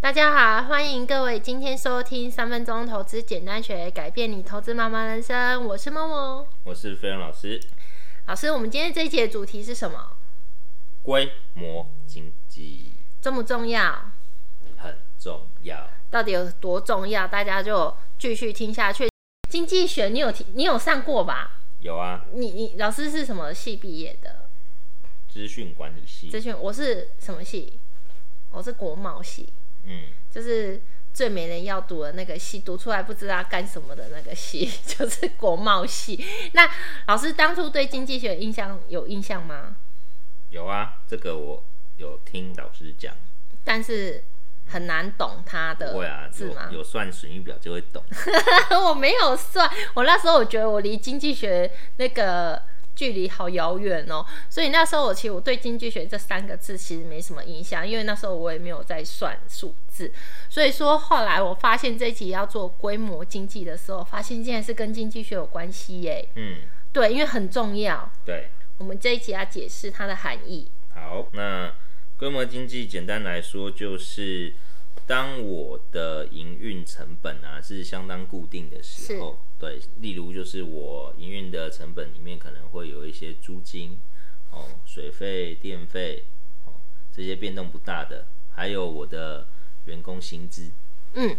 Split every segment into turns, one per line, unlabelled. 大家好，欢迎各位今天收听三分钟投资简单学，改变你投资茫茫人生。我是默默
我是飞扬老师。
老师。我们今天这一节主题是什么？
规模经济
重不重要？
很重要，
到底有多重要？大家就继续听下去。经济学你有听，你有上过吧？
有啊，
你你老师是什么系毕业的？
资讯管理系
资，讯我是什么系？我是国贸系，
嗯，
就是最没人要读的那个系，读出来不知道干什么的那个系， 就是国贸系。那老师当初对经济学印象有印象吗？
有啊，这个我有听老师讲，
但是很难懂它的
不会啊，
是吗
有？有算损益表就会懂，
我没有算，我那时候我觉得我离经济学那个距离好遥远哦，所以那时候我其实我对经济学这三个字其实没什么印象，因为那时候我也没有在算数字，所以说后来我发现这一集要做规模经济的时候，发现竟然是跟经济学有关系耶，
嗯，
对，因为很重要，
对，
我们这一集要解释它的含义，
好，那规模经济简单来说就是，当我的营运成本啊是相当固定的时候，对，例如就是我营运的成本里面可能会有一些租金、哦水费、电费，哦这些变动不大的，还有我的员工薪资。
嗯，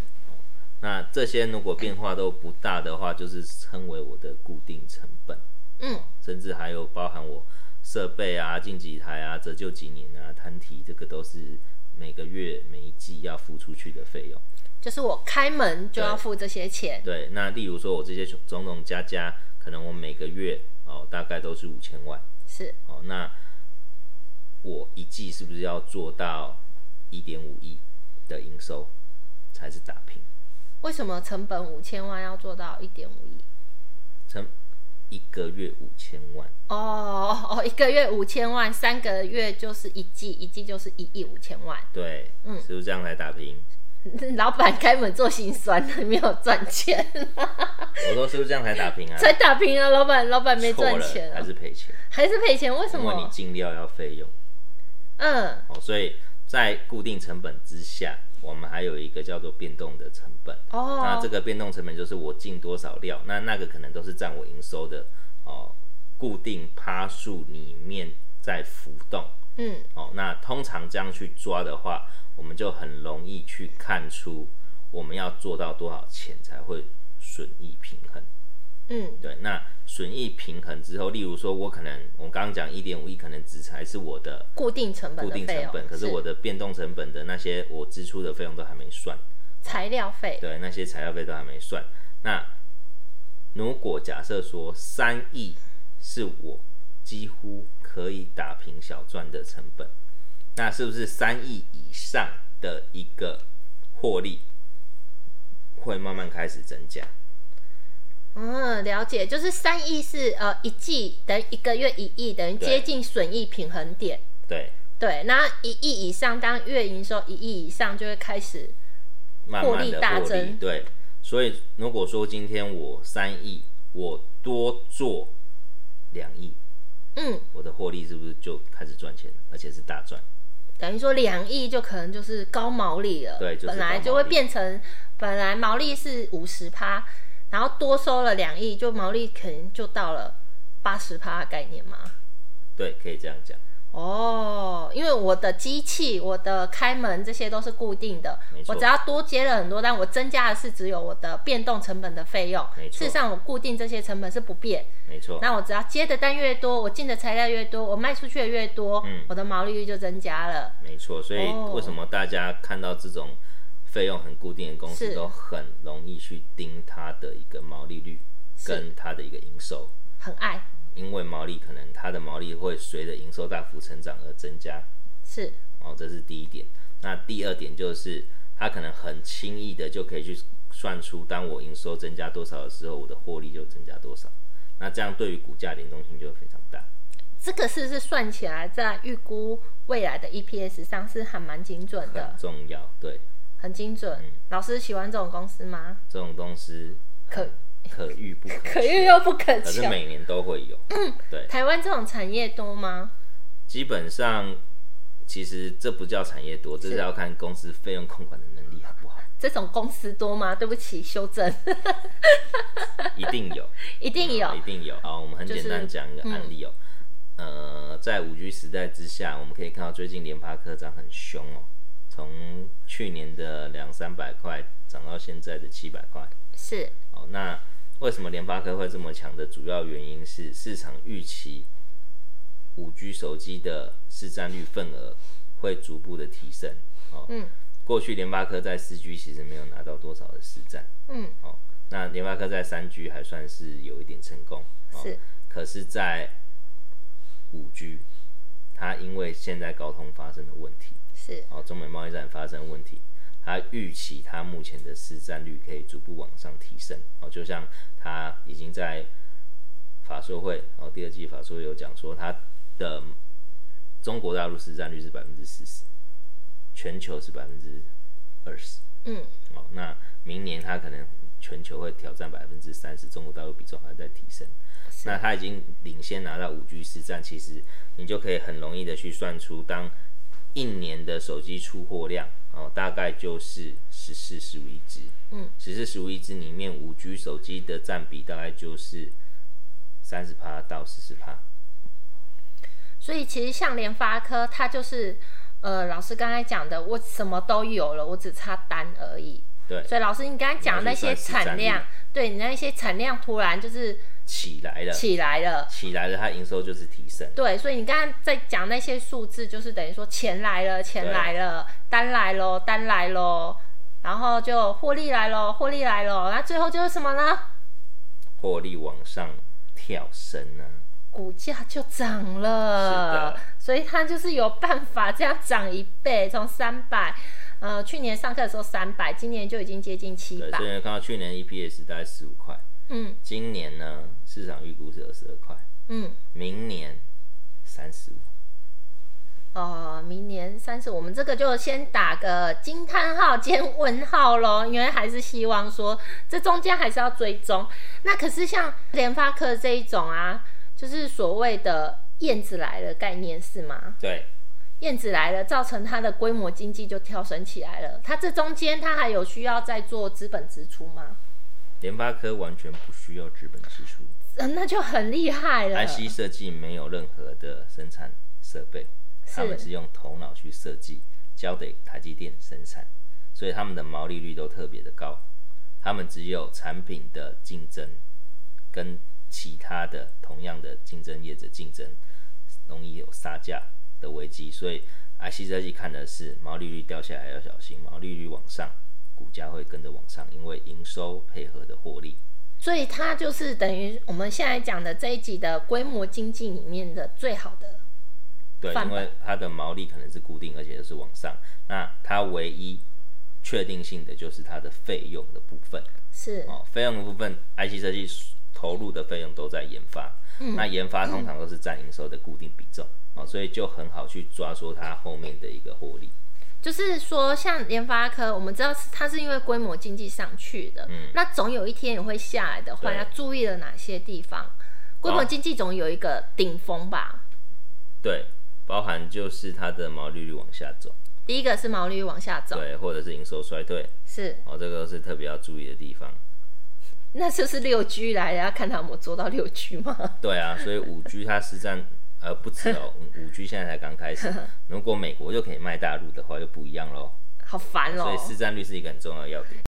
那这些如果变化都不大的话，就是称为我的固定成本。
嗯，
甚至还有包含我设备啊、进几台啊、折旧几年啊、摊提，这个都是每个月每一季要付出去的费用。
就是我开门就要
对
付这些钱，
对，那例如说我这些种种加加，可能我每个月哦大概都是五千万
是
哦，那我一季是不是要做到一点五亿的营收才是打平？
为什么成本五千万要做到一点五亿？
成一个月五千万，
哦哦，一个月五千万，三个月就是一季，一季就是一亿五千万。
对，
嗯
是不是这样才打平？
老板开门做心酸的，没有赚 钱，
我说是不是这样才打平啊？
才打平了。老板，老板没
错
赚
了
钱
还
啊，
是赔钱？
还是赔钱？为什
因为你
么？
进料要费用
嗯，
哦，所以在固定成本之下，我们还有一个叫做变动的成本。那这
哦，
个变动成本就是我进多少料，那那个可能都是占我营收的哦固定趴数里面在浮动
嗯，
哦。那通常这样去抓的话，我们就很容易去看出我们要做到多少钱才会损益平衡。
嗯，
对，那损益平衡之后，例如说我可能我刚刚讲一点五亿，可能只才是我的
固定成本
固
的
定
费
成本，
用，
可是我的变动成本的那些我支出的费用都还没算，
材料费，
对，那些材料费都还没算。那如果假设说三亿是我几乎可以打平小赚的成本，那是不是三亿以上的一个获利会慢慢开始增加？
嗯，了解，就是三亿是呃一季等于一个月一亿，等于
对
接近损益平衡点。
对，
对，那一亿以上，当月营收一亿以上，就会开始
慢慢
获利
的
大
获利
增。
对，所以如果说今天我三亿，我多做两亿，
嗯，
我的获利是不是就开始赚钱了？而且是大赚。
等于说两亿就可能就是高毛利了，
对就是
本来
高毛利
就会变成本来毛利是五十趴，然后多收了两亿，就毛利可能就到了八十趴的概念嘛。
对，可以这样讲。
哦，因为我的机器、我的开门这些都是固定的
没，错
我只要多接了很多，但我增加的是只有我的变动成本的费用。
没错
事实上，我固定这些成本是不变，
没错，
那我只要接的单越多，我进的材料越多，我卖出去的越多，
嗯
我的毛利率就增加了。
没错。所以
哦
为什么大家看到这种费用很固定的公司，
是
都很容易去盯它的一个毛利率
是
跟它的一个营收？
很爱
因为毛利可能它的毛利会随着营收大幅成长而增加，
是。
哦，这是第一点。那第二点就是，他可能很轻易的就可以去算出，当我营收增加多少的时候，我的获利就增加多少。那这样对于股价联动性就会非常大。
这个是不是算起来在预估未来的 EPS 上是还蛮精准的
很，重要。对，
很精准。
嗯
老师喜欢这种公司吗？
这种东西
可
可遇不可
可
求，
遇又不可
可是
求。嗯
每年都会有。对，
台湾这种产业多吗？
基本上其实这不叫产业多，这是要看公司费用控管的能力好 不好。
这种公司多吗？对不起，修正，
一定有，
一定有
嗯一定有啊、我们很
就是嗯
简单讲一个案例哦、呃，在五 G 时代之下，我们可以看到最近联发科涨很凶哦，从去年的两三百块涨到现在的七百块。
是
哦，那为什么联发科会这么强的主要原因是市场预期五 G 手机的市占率份额会逐步的提升。哦，
嗯
过去联发科在四 G 其实没有拿到多少的市占。
嗯
哦，那联发科在三 G 还算是有一点成功。哦、
是
可是，在五 G，它因为现在高通发生的问题，
是
哦，中美贸易战发生问题，它预期它目前的市占率可以逐步往上提升。哦，就像它已经在法说会，哦，第二季法说会有讲说，它的中国大陆市占率是百分之四十，全球是百分之二十。
嗯
哦，那明年它可能全球会挑战百分之三十，中国大陆比重还在提升。那它已经领先拿到五 G 市占，其实你就可以很容易的去算出，当一年的手机出货量哦，大概就是十四、十五亿只。
嗯，
十四、十五亿只里面，五 G 手机的占比大概就是三十趴到四十趴。
所以其实像联发科，它就是呃，老师刚才讲的，我什么都有了，我只差单而已。
对，
所以老师，你刚才讲的那些产
你要
量
去，
对你那些产量突然就是
起来了，
起来了。
起来了，它营收就是提升。
对，所以你刚才在讲那些数字，就是等于说钱来了，钱
对
来了，单来喽，单来喽，然后就获利来喽，获利来喽，那最后就是什么呢？
获利往上跳升啊。
股价就涨了
是的，
所以它就是有办法这样涨一倍，从三百，呃，去年上课的时候三百，今年就已经接近七
对，
百
所，以看到去年 EPS 大概十五块，
嗯
今年呢市场预估是二十二块，
嗯，
明年三十五。
哦，明年三十，我们这个就先打个惊叹号兼问号喽，因为还是希望说这中间还是要追踪。那可是像联发科这一种啊，就是所谓的燕子来了概念是吗？
对，
燕子来了，造成它的规模经济就跳升起来了。它这中间，它还有需要再做资本支出吗？
联发科完全不需要资本支出
呃那就很厉害了。
，IC 设计没有任何的生产设备，他们
是
是用头脑去设计，交给台积电生产，所以他们的毛利率都特别的高。他们只有产品的竞争，跟其他的同样的竞争业者竞争，容易有杀价的危机，所以 IC 设计看的是毛利率掉下来要小心，毛利率往上，股价会跟着往上，因为营收配合的获利。
所以它就是等于我们现在讲的这一集的规模经济里面的最好的。
对，
范
因为它的毛利可能是固定，而且是往上。那它唯一确定性的就是它的费用的部分
是
哦，费用的部分，IC 设计投入的费用都在研发，那研发通常都是占营收的固定比重哦，所以就很好去抓说它后面的一个获利。
就是说，像联发科，我们知道是它是因为规模经济上去的，
嗯
那总有一天也会下来的话，
对
要注意了哪些地方？规模
好
经济总有一个顶峰吧。
对，包含就是它的毛利率往下走，
第一个是毛利率往下走，
对，或者是营收衰退
是
哦，这个是特别要注意的地方。
那就是六 G 来的，要看他有没有做到六 G 吗？
对啊，所以五 G 它实战呃不止 哦，五 G 现在才刚开始。如果美国就可以卖大陆的话，就不一样喽。
好烦哦、
所以市占率是一个很重要的要点。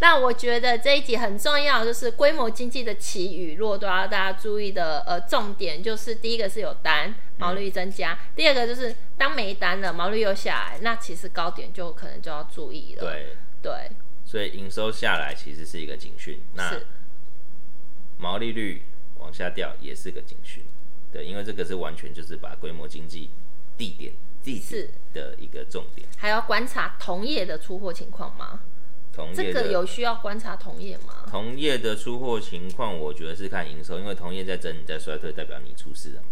那我觉得这一集很重要，就是规模经济的起与落都要大家注意的。呃，重点就是第一个是有单，毛利率增加；
嗯
第二个就是当没单了，毛利率又下来，那其实高点就可能就要注意了。
对，
对
所以营收下来其实是一个警讯，那
是
毛利率往下掉也是个警讯。对，因为这个是完全就是把规模经济地点地
是
址的一个重点。
还要观察同业的出货情况吗？
同
这
业
个
的
有需要观察同业吗？
同业的出货情况，我觉得是看营收，因为同业在增，你在衰退，代表你出事了嘛。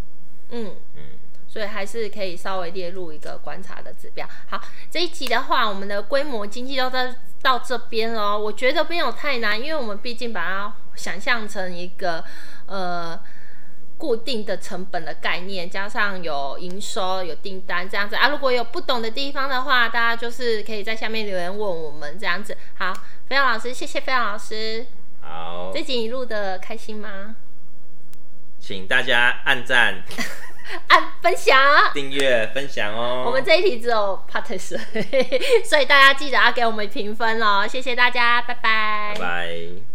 嗯，
嗯，
所以还是可以稍微列入一个观察的指标。好，这一集的话，我们的规模经济就到到这边喽。我觉得没有太难，因为我们毕竟把它想象成一个呃固定的成本的概念，加上有营收、有订单这样子啊。如果有不懂的地方的话，大家就是可以在下面留言问我们这样子。好，飞扬老师，谢谢飞扬老师。
好，
这集你录的开心吗？
请大家按赞、
按啊分享。
订阅、分享哦。
我们这一题只有 part 水，所以大家记得要给我们评分哦。谢谢大家，拜拜。
拜拜。